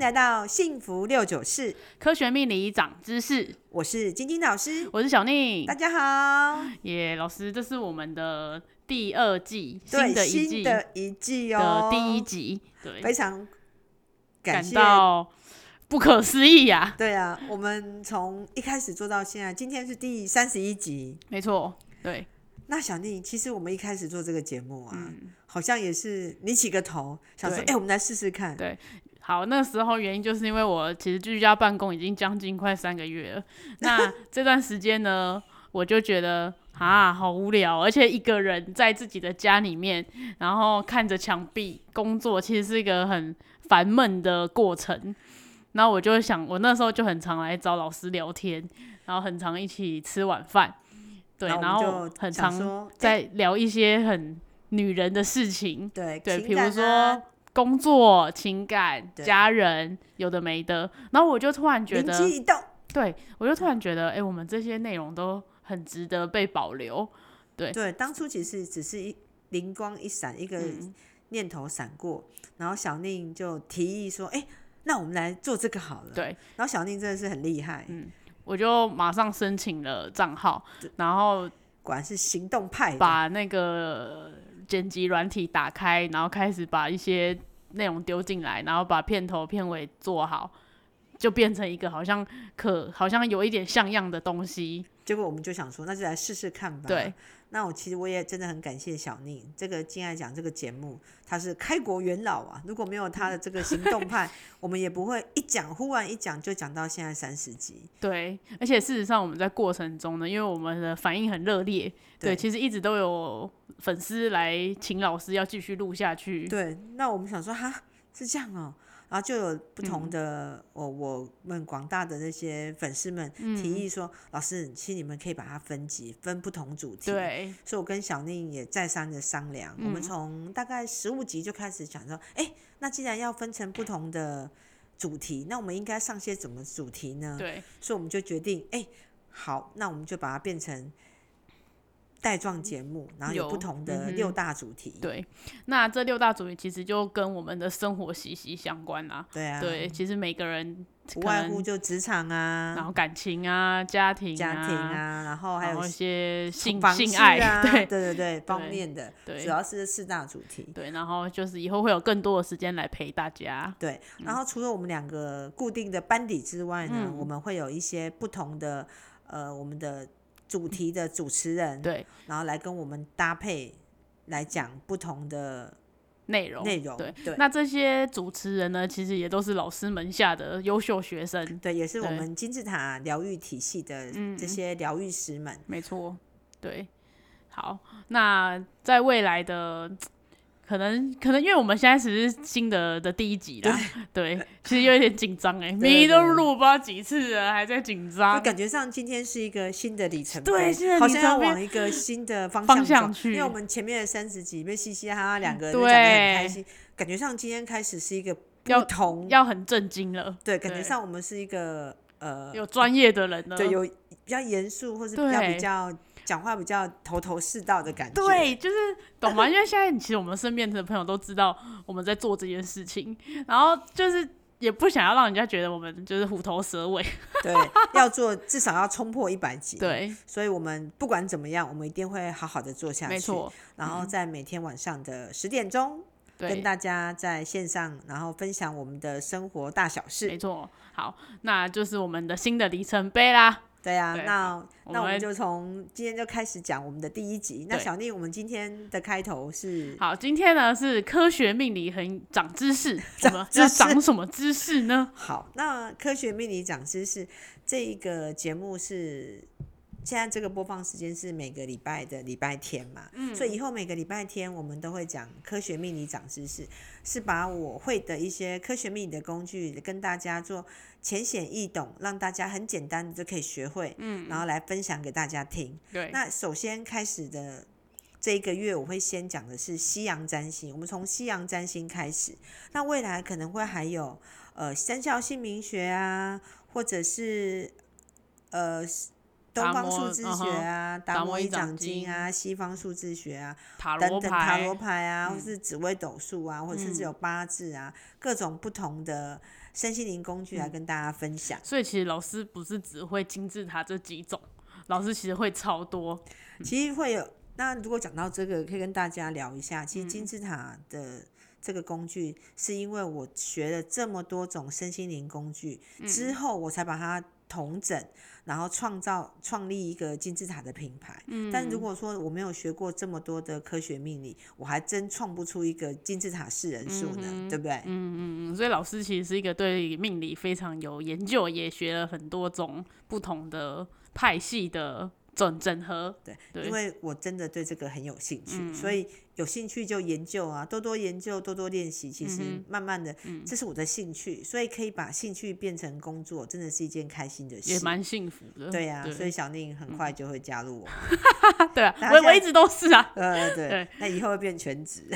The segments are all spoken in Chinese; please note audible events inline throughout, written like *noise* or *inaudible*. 来到幸福六九室，科学命理长知识，我是晶晶老师，我是小宁大。家好。耶老师，这是我们的第二季对，新的一新季的一季哦的，第一集，对，非常感感谢。到不可思议呀、对啊，我们从一开始做到现在，今天是第三十一集。没错，对，那小丽，其实我们一开始做这个节目啊，好像也是你起个头，想说，哎、嗯对我们来试试看。对好，那时候原因就是因为我其实居家办公已经将近快三个月了， *laughs* 那这段时间呢，我就觉得啊，好无聊，而且一个人在自己的家里面，然后看着墙壁工作，其实是一个很烦闷的过程。然后我就想，我那时候就很常来找老师聊天，然后很常一起吃晚饭，对，然然后我们后就很想常说，哎在聊一些很女人的事情，对对，情比如感说啊工作、情感、对家人，有的没的。然后我就突然觉灵得，机一动，对我就突然觉得，哎、我们这些内容都很值得被保留。对对，当初其实只是一灵光一闪，一个嗯念头闪过，然后小宁就提议说，哎、那我们来做这个好了。，对，嗯然后小宁真的是很厉害，我就马上申请了账号，然后果然是行动派的。把那个剪辑软体打开，然后开始把一些内容丢进来，然后把片头片尾做好。就变成一个好像可好像有一点像样的东西，结果我们就想说，那就来试试看吧。对，那我其实我也真的很感谢小宁这个《敬爱讲》这个节目，他是开国元老啊！如果没有他的这个行动 *laughs* 派，我们也不会一讲忽然一讲就讲到现在三十集。对，而且事实上我们在过程中呢，因为我们的反应很热烈，对，对其实一直都有粉丝来请老师要继续录下去，对，那我们想说哈是这样哦、然后就有不嗯同的、我我们广大的那些粉丝们嗯提议说，老师，其实你们可以把它分级，分不同主题。对，嗯所以我跟小宁也再三的商量，我们从大概十五集就开始想说，哎、那既然要分成不同的主题，那我们应该上些什么主题呢？对，所以我们就决定，哎、好，那我们就把它变成带状节目，然后有有不同嗯的哼六大主题。对。那这六大主题其实就跟我们的生活息息相关啦，对啊，对，其实每个人不可外能乎就职场然啊、后感情啊、家庭、家庭，啊，然后还然有后一些性房性事爱，啊，对对对对方对面的，对主要是这四大主题。对，然后就是以后会有更多的时间来陪大家，对，然后除了我们两个固定的班底之外呢，嗯我们会有一些不同的呃我们的主题的主持人，对，然后来跟我们搭配来讲不同的内容内容。对。对那这些主持人呢，其实也都是老师门下的优秀学生，对也是我对嗯们金字塔疗愈体系的这些疗愈师们。没错，对。好，那在未来的可能可能，因为我们现在只是新的的第一 *laughs* 集啦，对，其实有一点紧张哎，明明都录不知道几次了，还在紧就张，感觉上今天是一个新的里程碑，啊对新的好里像程要碑往一个新的方方向走向去因为我们前面的三十集被嘻嘻哈哈两个人都讲得很开对心，感觉上今天开始是一个不要同要很震惊了，对，感觉对上我们是一个呃，有专业的人了，对有比较严肃，或是比较对比较讲话比较头头是道的感觉。对，就是懂吗？因为现在其实我们身边的朋友都知道我们在做这件事情，然后就是也不想要让人家觉得我们就是虎头蛇尾。对，要做至少要冲破一百集。，对，所以我们不管怎么样，我们一定会好好的做下去。没，错，嗯然后在每天晚上的十点钟。跟对，大家在线上，然后分享我们的生活大小没事。错。好，那就是我们的新的里程碑啦。对啊，对那我那我们们就从今天就开始讲我们的第一集。那对小丽，我们今天的开头是好，今天呢是科学命理很长知识，我们知要识长什么知识呢？好，那科学命理讲师是这一个节目是现在这个播放时间是每个礼拜的礼拜天嘛，嗯，所以以后每个礼拜天我们都会讲科学命理讲知识，是把我会的一些科学命理的工具跟大家做浅显易懂，让大家很简单的就可以学会，嗯，然后来分享给大家听。对，那首先开始的这一个月，我会先讲的是西洋占星，我们从西洋占星开始。那未来可能会还有呃生肖姓名学啊，或者是呃东达方摩数字嗯学哼啊、达达摩摩一一掌掌经啊、西方数字学啊塔等罗等塔牌嗯罗，牌啊，或是紫微斗数啊，或者甚至有八字啊，各种不同的身心灵工具嗯来跟大家分享。所以其实老师不是只会金字塔这几种，老师其实会超多。其实会有，那如果讲到这个，可以跟大家聊一下。其实金字塔的这个工具，是因为我学了这么多种身心灵工具之后，我才把它统整，然后创造创立一个金字塔的品牌。但如果说我没有学过这么多的科学命理，我还真创不出一个金字塔式人数呢，对不对？嗯，所以老师其实是一个对命理非常有研究，也学了很多种不同的派系的整整合。对，对嗯因为我真的对这个很有兴趣，所以有兴趣就研究啊，多多研究，多多练习。嗯其实慢慢的，这是我的兴趣，所以可以把兴趣变成工作，真的是一件开心的也事。蛮幸福的，对呀、对嗯所以小宁很快就会加入我。 *laughs* 啊对啊大，家我现我在一直都是啊，呃，对对，那以后会变全 *laughs* 职，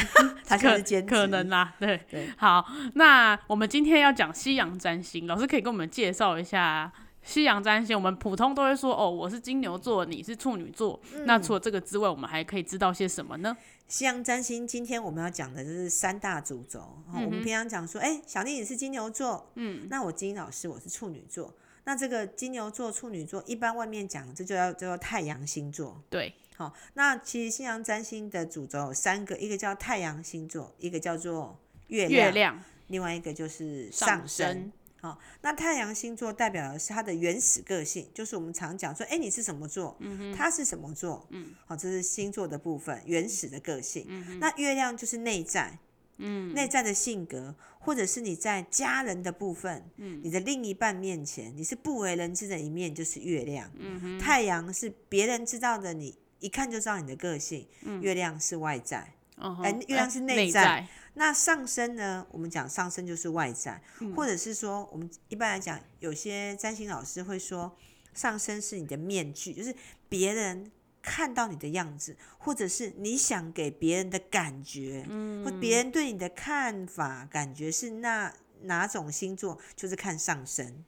他现在可是兼职，可能啦，对，对好，那我们今天要讲西洋占星，老师可以跟我们介绍一下西洋占星。我们普通都会说哦，我是金牛座，你是处女座。嗯那除了这个之外，我们还可以知道些什么呢？西洋占星，今天我们要讲的就是三大主轴。哦嗯我们平常讲说，哎、小丽你是金牛座，嗯，那我金老师我是处女座。那这个金牛座、处女座，一般外面讲这就叫叫做太阳星座。对，好、那其实西洋占星的主轴有三个，一个叫太阳星座，一个叫做月亮，月亮另外一个就是上升。好、那太阳星座代表的是它的原始个性，就是我们常讲说，哎、你是什么座？嗯它是什么座？嗯，好、这是星座的部分，原始的个性。嗯那月亮就是内在，嗯，内在的性格，或者是你在家人的部分，嗯，你的另一半面前，你是不为人知的一面，就是月亮。嗯太阳是别人知道的你，一看就知道你的个性。嗯、月亮是外在。嗯哼，哎月亮是内内在在，那上升呢？我们讲上升就是外在，嗯或者是说，我们一般来讲，有些占星老师会说，上升是你的面具，就是别人看到你的样子，或者是你想给别人的感觉，嗯或别人对你的看法、感觉是那哪种星座，就是看上升。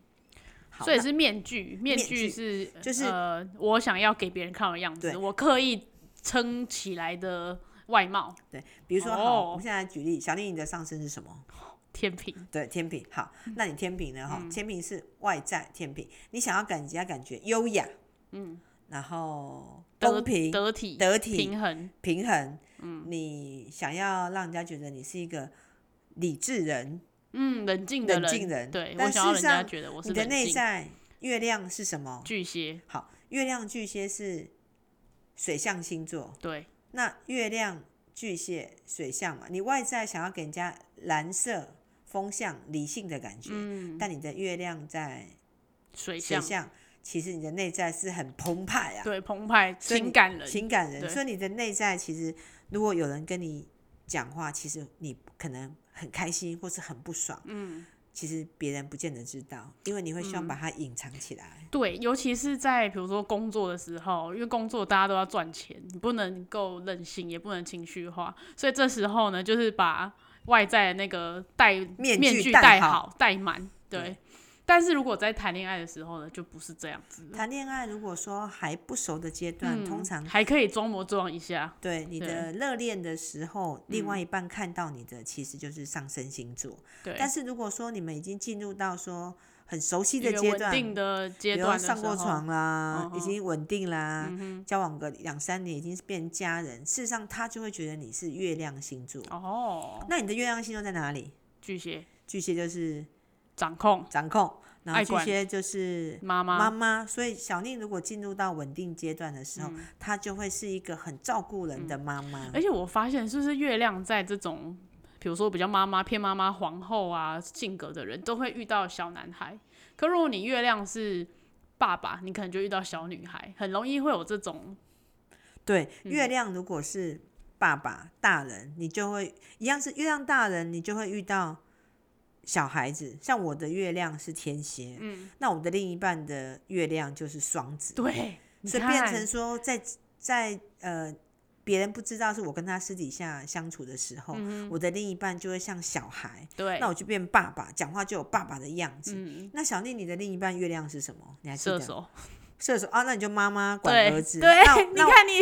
好所以那是面具，面面具具是就是呃，我想要给别人看的样对子，我刻意撑起来的外貌，对，比如说，好，哦我们现在举例，小丽，你的上升是什么？天平，对，天平。好，嗯那你天平呢？哈、天平是外在天平，你想要给人家感觉优雅，嗯，然后得公平、得体、得体平衡，平衡，嗯，你想要让人家觉得你是一个理智人，嗯，冷静的冷静人对我但想要事人实家上觉得我是你的冷内静在月亮是什么？巨蟹，好，月亮巨蟹是水象星座，对，那月亮巨蟹水象嘛，你外在想要给人家蓝色风向理性的感觉，但你的月亮在嗯水水象，象，其实你的内在是很澎湃啊，对，澎湃，所以你情感人，情感人。对所以你的内在其实，如果有人跟你讲话，其实你可能很开心或是很不爽，嗯，其实别人不见得知道，因为你会希嗯望把它隐藏起来。对，尤其是在比如说工作的时候，因为工作大家都要赚钱，你不能够任性，也不能情绪化，所以这时候呢，就是把外在的那个戴面具具戴戴好好、戴满，对。对但是如果在谈恋爱的时候呢，就不是这样子了，谈恋爱如果说还不熟的阶嗯段，通常还可以装模作样一下，对你的热恋的时候，另外一半看到你的其实就是上升星座。嗯对。但是如果说你们已经进入到说很熟悉一的个阶稳段，定的阶比如段的上时过候床啦嗯，哼嗯已经稳定啦，交往个两三年已经变家人，事实上他就会觉得你是月亮星座。哦，那你的月亮星座在哪里？巨蟹巨蟹就是掌控掌控，然后爱巨管蟹就是妈妈，妈妈，所以小宁如果进入到稳定阶段的时嗯候，她就会是一个很照顾人的妈妈。而且我发现，就是月亮在这种，比如说比较妈妈、偏妈妈、皇后啊性格的人，都会遇到小男孩。可如果你月亮是爸爸，你可能就遇到小女孩，很容易会有这种对，月嗯亮如果是爸爸大人，你就会一样是月亮大人，你就会遇到小孩子。像我的月亮是天蝎，嗯，那我的另一半的月亮就是双子，对，你所以变看成说在在呃。别人不知道是我跟他私底下相处的时候，我的另一半就会像小孩，嗯对那我就变爸爸，讲话就有爸爸的样子。嗯那小丽，你的另一半月亮是什么？你还记射得？手，射手啊，那你就妈妈管对儿子。那对，你那看你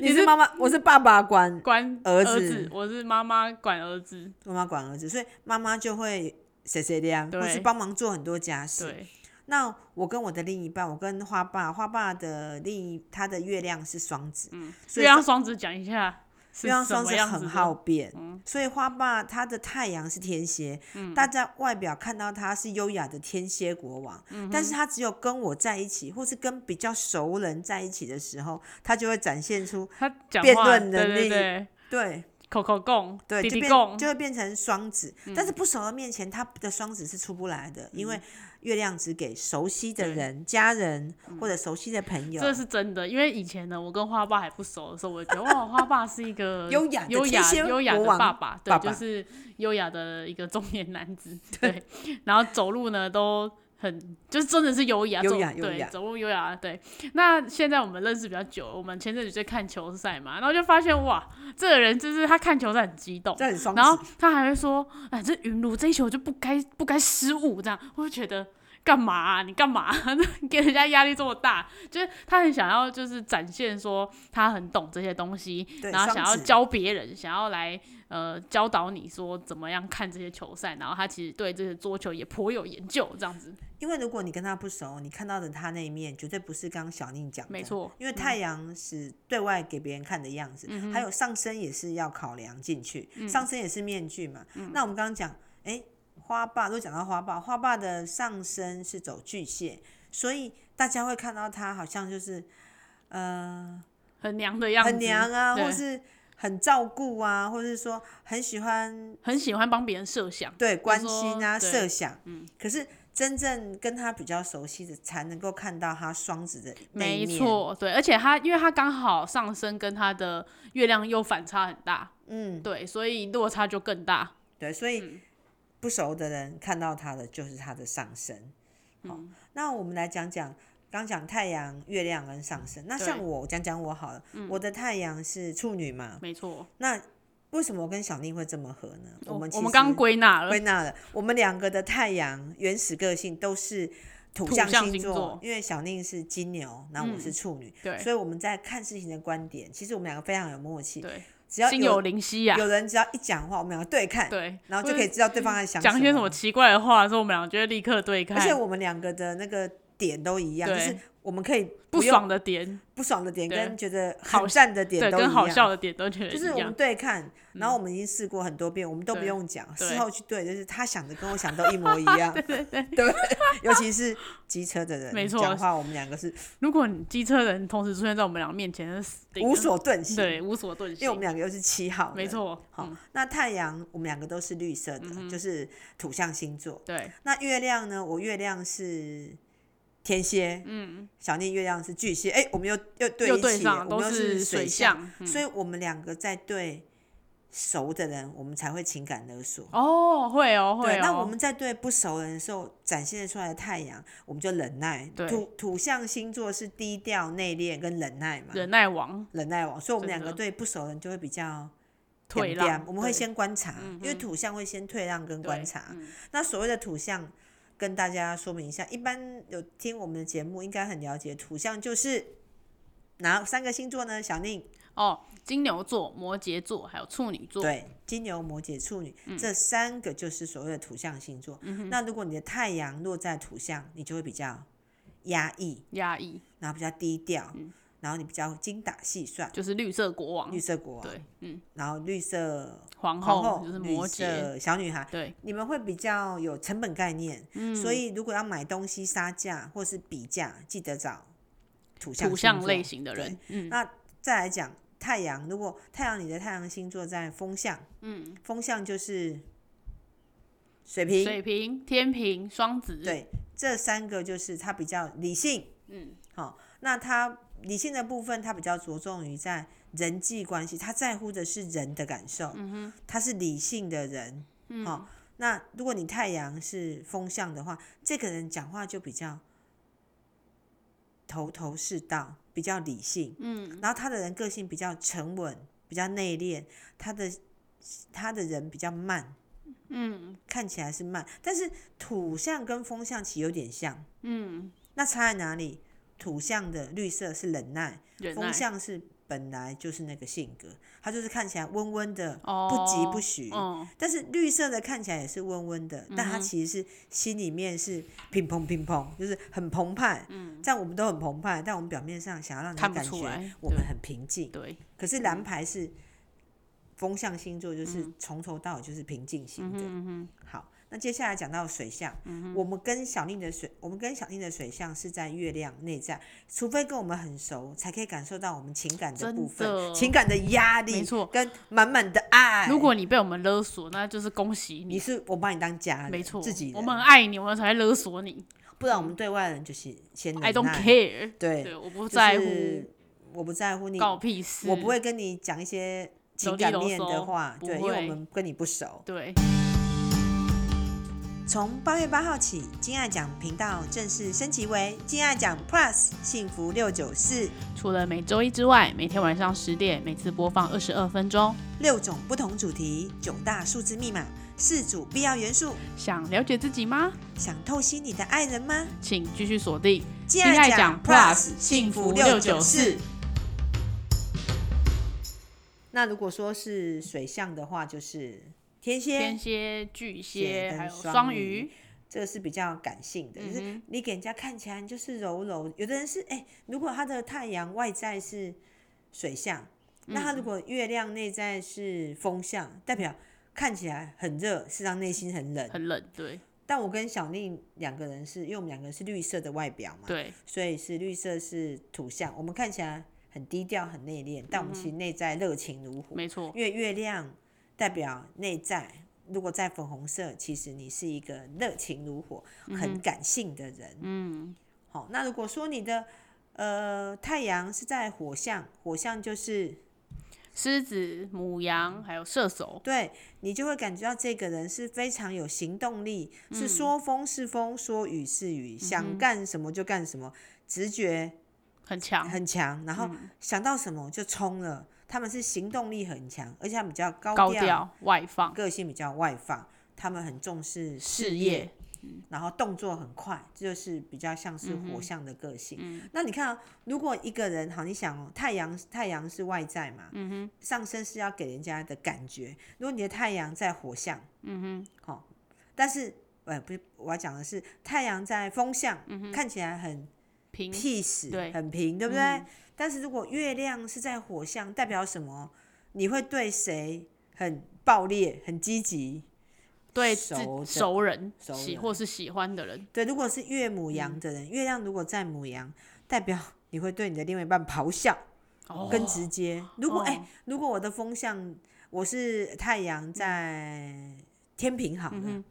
你你是是妈妈，我是爸爸管管儿子，子我是妈妈管儿子，妈妈管儿子，所以妈妈就会谁谁亮，对或是帮忙做很多家事。对，那我跟我的另一半，我跟花爸，花爸的另一他的月亮是双子，所以月亮双子讲一下是月亮什双么子样子很的嗯好变，所以花爸他的太阳是天蝎，大家外表看到他是优雅的天蝎国王，嗯但是他只有跟我在一起，或是跟比较熟人在一起的时候，他就会展现出他讲辩话论对能对力对，对口口供，对，滴就滴变供，就会变成双子，但嗯是不熟的面前，他的双子是出不来的，因为月亮只给熟悉的对嗯人、家人或者熟悉的朋友这。是真的，因为以前呢，我跟花爸还不熟的时候，我觉得哇，花爸是一个 *laughs* 优雅的优天雅、蝎优雅国的王爸爸，对，爸就爸是优雅的一个中年 *laughs* 男子，对。然后走路呢都很，就是真的是优雅，优走雅优对雅，走路优雅，对。那现在我们认识比较久，我们前阵子在看球赛嘛，然后就发现哇，这个人就是他看球赛很激动，这很双然后子，他还会说：“哎，这云茹这一球就不该不该失误。”这样，我就觉得干嘛啊、你干嘛啊、 *laughs* 你给人家压力这么大？就是他很想要，就是展现说他很懂这些东西，对然后想要双子教别人，想要来呃教导你说怎么样看这些球赛。然后他其实对这些桌球也颇有研究，这样子因为如果你跟他不熟，你看到的他那一面，绝对不是刚刚小宁讲的。没错嗯因为太阳是对外给别人看的样子，还有上身也是要考量进去，嗯上身也是面具嘛。那我们刚刚讲，哎、花爸都讲到花爸，花爸的上身是走巨蟹，所以大家会看到他好像就是，呃，很娘的样子，很娘啊，对或是很照顾啊，或是说很喜欢很喜欢帮别人设想。对关说心啊、对嗯设想，可是真正跟他比较熟悉的，才能够看到他双子的那一没面，错，对，而且他因为他刚好上升跟他的月亮又反差很大，嗯，对，所以落差就更大。对，所以、嗯不熟的人看到他的就是他的上升。嗯好、那我们来讲讲。刚讲太阳、月亮跟上升，那对嗯像我，我讲讲我好了。我的太阳是处女嘛，没错，那为什么我跟小宁会这么合呢？我们我其们实刚归纳了归，纳了，我们两个的太阳原始个性都是土土象象星星座嗯因为小宁是金牛，然后我是处女，对所以我们在看事情的观点，其实我们两个非常有默契。对，只要心有有灵犀呀，有人只要一讲话，我们两个对看，对，然后就或可以者知道对方在想讲一些什么奇怪的话的时候，我们俩就会立刻对看而，且我们两个的那个点都一样，就对是我们可以不用爽的点，不爽的点对跟觉得好好赞的对，点都一跟样，好笑的点都觉得就是一我们样，嗯对看，然后我们已经试过很多遍，我们都不对用讲，对事后去对，就是他想的跟我想都一模一 *laughs* 样。对对对，尤其是机车的人，没错讲话我们两个是如果你机车人同时出现在我们俩面前，那是死定了无所遁形，对无所遁因为我们形，两个又是七号，没。错，好嗯，，那太阳我们两个都是绿色的，就是土象星座。对，那月亮呢？我月亮是天蝎，嗯，小念月亮是巨蟹，哎，我们又又对又一对起了，上我都们又是水象，象，嗯所以我们两个在对熟的人，我们才会情感勒索。哦，会哦，会对，哦，那我们在对不熟人的时候展现出来的太阳，我们就忍耐。对土土象星座是低调、内敛跟忍耐嘛，忍耐王忍耐王，所以我们真两个的对不熟人就会比较退点让点，我们会对先观察，因为嗯土象会先退让跟对观察。嗯那所谓的土象，跟大家说明一下，一般有听我们的节目应该很了解，土象就是哪三个星座呢？小宁，哦，金牛座、摩羯座还有处女座，嗯对，金牛、摩羯、处女、这三个就是所谓的土象星座。那如果你的太阳落在土象，你就会比较压抑，压抑然后比较低调，嗯然后你比较精打细算。就是绿色国王绿，色国王，哦对，嗯，然后绿色皇皇后后，就是绿摩羯，色小女孩，对，你们会比较有成本概念，嗯所以如果要买东西杀价或是比价，记得找土象土星象座类型的人，嗯，那再来讲太阳，如果太阳你的太阳星座在风象，嗯，风象就是水瓶，水瓶、天平、双子，，对，这三个就是他比较理性，嗯，好、那他理性的部分，他比较着重于在人际关系，他在乎的是人的感受，嗯他是理性的人，嗯，好、那如果你太阳是风象的话，这个人讲话就比较头头是道，比较理性，嗯，然后他的人个性比较沉稳，比较内敛，他的他的人比较慢，看起来是慢，但是土象跟风象其实有点像。嗯，那差在哪里？土象的绿色是忍耐，忍耐风，象是本来就是那个性格，他就是看起来温温的，哦，不急不徐。嗯，但是绿色的看起来也是温温的，但它其实是心里面是乒砰乒砰，就是很澎湃。嗯，这样我们都很澎湃，但我们表面上想要让看你不感出来觉我们很平静。对，可是嗯蓝牌是风象星座，就是从头到尾就是平静嗯型的。好，那接下来讲到水象，我们跟小令的水，我们跟小令的水象是在月亮内在，除非跟我们很熟，才可以感受到我们情感的真部的分，情感的压力，没错跟满满的爱。如果你被我们勒索，那就是恭喜你你，是我把你当家人，没错，自己人我们很爱你，我们才会勒索你。不然我们对外人就是先忍 I don't 耐 care，对，对，我不就是在乎，我不在乎你，搞屁事，我不会跟你讲一些情感面的话，啰对，里啰嗦因不为会我们跟你不熟。对，从八月八号起，金爱奖频道正式升级为金爱奖 Plus 幸福六九四，除了每周一之外，每天晚上十点，每次播放二十二分钟。六种不同主题，九大数字密码，四组必要元素。想了解自己吗？想透析你的爱人吗？请继续锁定金爱爱奖奖 Plus Plus 幸幸福福六六九九四四。那如果说是水象的话，就是天蝎，天蝎、巨蟹蟹跟还有双双鱼鱼，这个是比较感性的，就是你给人家看起来你就是柔柔。有的人是哎、如果他的太阳外在是水象，那他如果月亮内在是风象，代表看起来很热，事实上内心很冷。很冷，对但我跟小宁两个人是因为我们两个人是绿色的外表嘛，对，所以是绿色是土象，我们看起来很低调、很内敛，但我们其实内在热情如火。没错，因为月亮代表内在，如果在粉红色，其实你是一个热情如火、嗯很感性的人。嗯，好，那如果说你的呃太阳是在火象，火象就是狮子、母嗯羊还有射手，对你就会感觉到这个人是非常有行动力，嗯是说风是风，说雨是雨，想干什么就干什么，直觉很强，很强，然后嗯想到什么就冲了。他们是行动力很强，而且他们比较高调、外放、个性比较外放，他们很重视事事业，嗯业，然后动作很快，这就是比较像是嗯火象的个性。那你看、啊，如果一个人好，你想哦，太阳太阳是外在嘛，嗯上升是要给人家的感觉。如果你的太阳在火象，嗯哼，好、但是呃，不是我要讲的是太阳在风象，嗯看起来很平 peace，对嗯很平，对不对？但是如果月亮是在火象，代表什么？你会对谁很爆裂、很积极？对自熟的熟人熟喜人或是喜欢的人，对，如果是月嗯母羊的人，月亮如果在母羊，代表 *laughs* 你会对你的另外一半咆哮，哦，更直接。如果哦哎、如果我的风向我是太嗯阳在天平好了，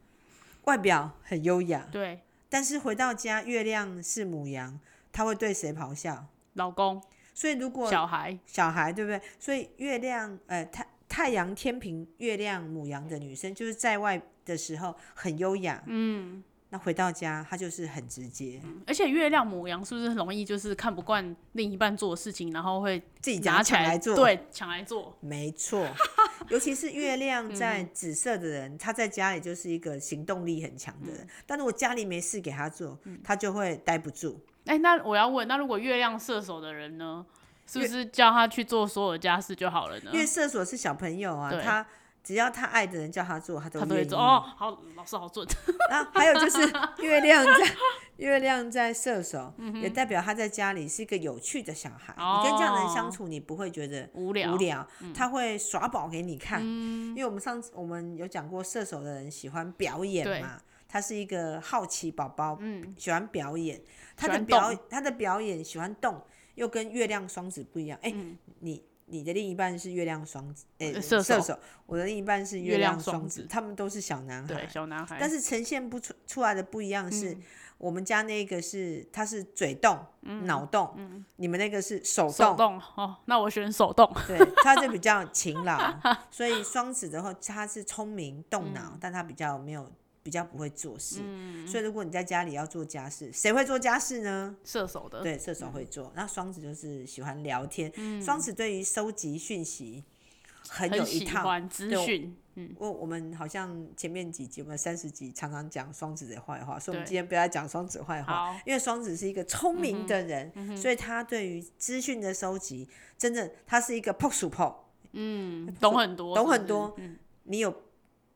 外表很优雅，对，但是回到家月亮是母羊，他会对谁咆哮？老公、所以如果小孩，小孩，对不对？所以月亮，呃，太太阳天平，月亮母羊的女生，就是在外的时候很优雅，嗯，那回到家她就是很直接，而且月亮母羊是不是很容易就是看不惯另一半做的事情，然后会自己拿家起抢来做，，对，抢来做，没 *laughs* 错。尤其是月嗯亮在紫色的人，他在家里就是一个行动力很强的嗯人，但如果家里没事给他做，他就会待不住。哎、那我要问，那如果月亮射手的人呢，是不是叫他去做所有的家事就好了呢因？为射手是小朋友啊嗯对，他只要他爱的人叫他做，他都他都会愿意做哦，好，老师好准，然后还有就是 *laughs* 月亮在月亮在射手，嗯也代表他在家里是一个有趣的小孩。你跟这样的人相处，你不会觉得哦无聊，嗯无聊，他会耍宝给你看。因为我们上次我们有讲过，射手的人喜欢表对嗯演嘛，他是一个好奇宝宝，喜欢表演。他的喜欢表他的表演喜欢动，又跟月亮双子不一样。哎、你。你的另一半是月亮双子，哎、嗯呃射手射手，我的另一半是月月亮亮双双子子，他们都是小男孩对，，小男孩，但是呈现不出出来的不一样是，嗯我们家那个是它是嘴动、脑动，你们那个是手嗯手动，动哦，那我选手动， *laughs* 对，它就比较勤劳。所以双子的话，它是聪明动嗯脑，但它比较没有比较不会做事。所以如果你在家里要做家事，谁会做家事呢？射手的，对，射手会做。那双子就是喜欢聊天，双子对于收集讯息很有嗯很一喜套。欢资对我讯，嗯，我我们好像前面几集我们三十集常常讲双子的坏话，所以我们今天不要讲双子坏话，好，嗯因为双子是一个聪明的人，所以他对于资讯的收集，真的他是一个 p o 数 p 嗯，懂很多，懂是不很是多嗯，你有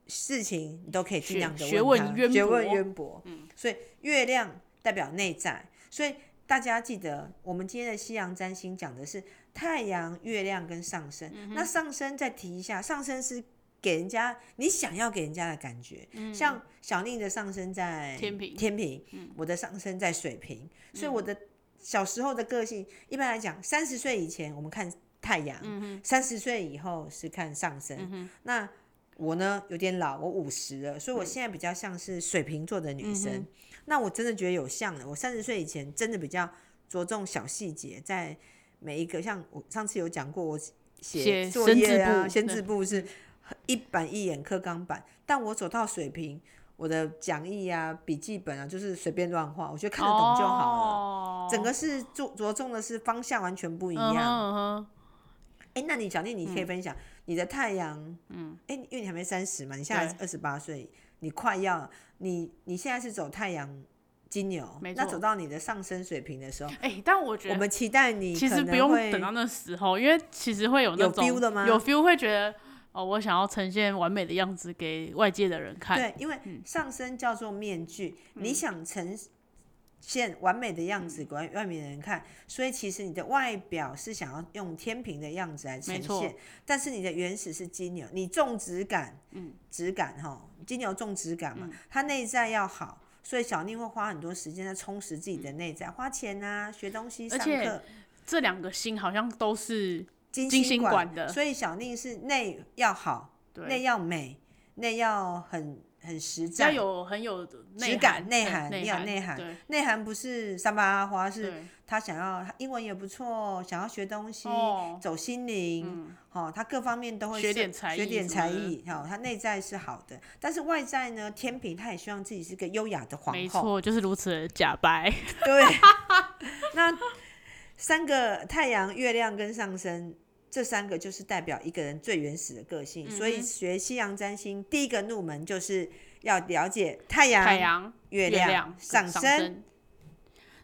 事情你都可以尽学量的学问问他渊学问博嗯渊博，所以月亮代表内在，所以大家记得我们今天的西洋占星讲的是太阳、月亮跟上升，嗯那上升再提一下，上升是。给人家你想要给人家的感觉，像小宁的上升在嗯天平嗯天平，我的上升在水瓶，所以我的小时候的个性，一般来讲，三十岁以前我们看太阳，嗯三十岁以后是看上升。那我呢，有点老，我五十了，所以我现在比较像是水瓶座的嗯女生。那我真的觉得有像了。我三十岁以前真的比较着重小细节，在每一个像我上次有讲过，我写写作生业字啊，簿先对字部是一板一眼刻钢板，但我走到水平。我的讲义啊、笔记本啊，就是随便乱画，我觉得看得懂就好了。哦、整个是着着重的是方向完全不不一样。嗯哼哎、那你小念，你可以嗯分享、你的太阳，嗯，哎、因为你还没三十嘛，你现在对二十八岁，你快要，你你现在是走太阳金牛没，那错走到你的上升水平的时候，哎、但我觉我得们期待你其可实能不用会等到那时候，因为其实会有那有种 feel 的吗有 feel 会觉得哦，我想要呈现完美的样子给外界的人看。对，因为嗯上升叫做面具，你想呈现完美的样嗯子给外外面的人看，所以其实你的外表是想要用天平的样子来呈没错现，但是你的原始是金牛，你种植感，嗯，质感哈，金牛种植感嗯嘛，它内在要好。所以小宁会花很多时间在充实自己的内在，花钱啊，学东西，嗯而上且课，这两个星好像都是金星金星管的所以小宁是内要好，对，内要美，内要很很实只要在，有很有内质感涵内对涵内你有涵，内涵对内涵不是三八花，是对他想要他英文也不错，想要学东西，哦，嗯走心灵，哦，他各方面都会学是点才学艺点什才么的艺，哦，他内在是好的，但是外在呢，天平他也希望自己是个优雅的皇没后，错，就是如此的假白。对， *laughs* 那三个太阳、月亮跟上升。这三个就是代表一个人最原始的个性，所以嗯哼学西洋占星，第一个入门就是要了解太阳、太阳、月亮、上上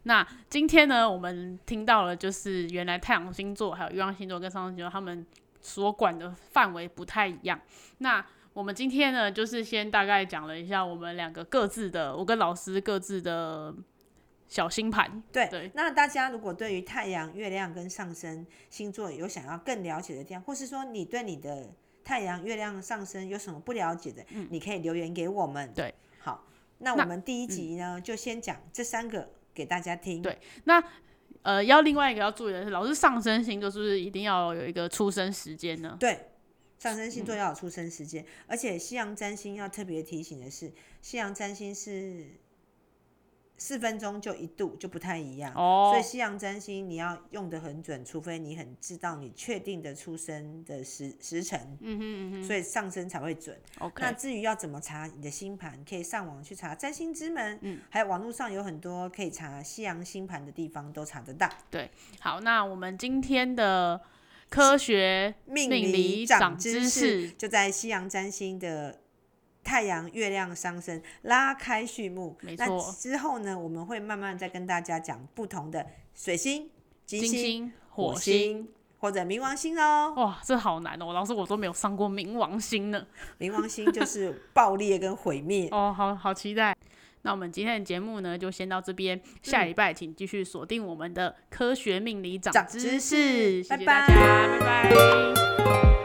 那今天呢，我们听到了，就是原来太阳星座、还有月亮星座跟上升星座他们所管的范围不太一样。那我们今天呢，就是先大概讲了一下我们两个各自的，我跟老师各自的小星盘。对，对那大家如果对于太阳、月亮跟上升星座有想要更了解的地方，或是说你对你的太阳、月亮、上升有什么不了解的，你可以留言给我们。嗯对，好，那那我们第一集呢，就先讲这三个给大家听。对呃，要另外一个要注意的是，老师上升星座是不是一定要有一个出生时间呢？对，上升嗯星座要有出生时间，而且西洋占星要特别提醒的是，西洋占星是四分钟就一度，就不太一样。所哦以，西洋占星你要用得很准，除非你很知道你确定的出生的时时辰，嗯哼嗯哼所以上升才会准。那，OK，至于要怎么查你的星盘，可以上网去查占星之门，嗯还有网络上有很多可以查西洋星盘的地方都查得到。好，那我们今天的科学命命理理长长知知识识就在西洋占星的太阳、月亮、上升拉开序幕。没那错之后呢，我们会慢慢再跟大家讲不同的水星、金金星、星、火火星。或者冥王星哦。哇，这好难哦！老师，我都没有上过冥王星呢。。冥王星就是爆裂跟毁灭哦，好好期待。那我们今天的节目呢，就先到这边。下礼拜请继续锁定我们的科学命理嗯长长知知识识，拜谢谢大拜家，拜拜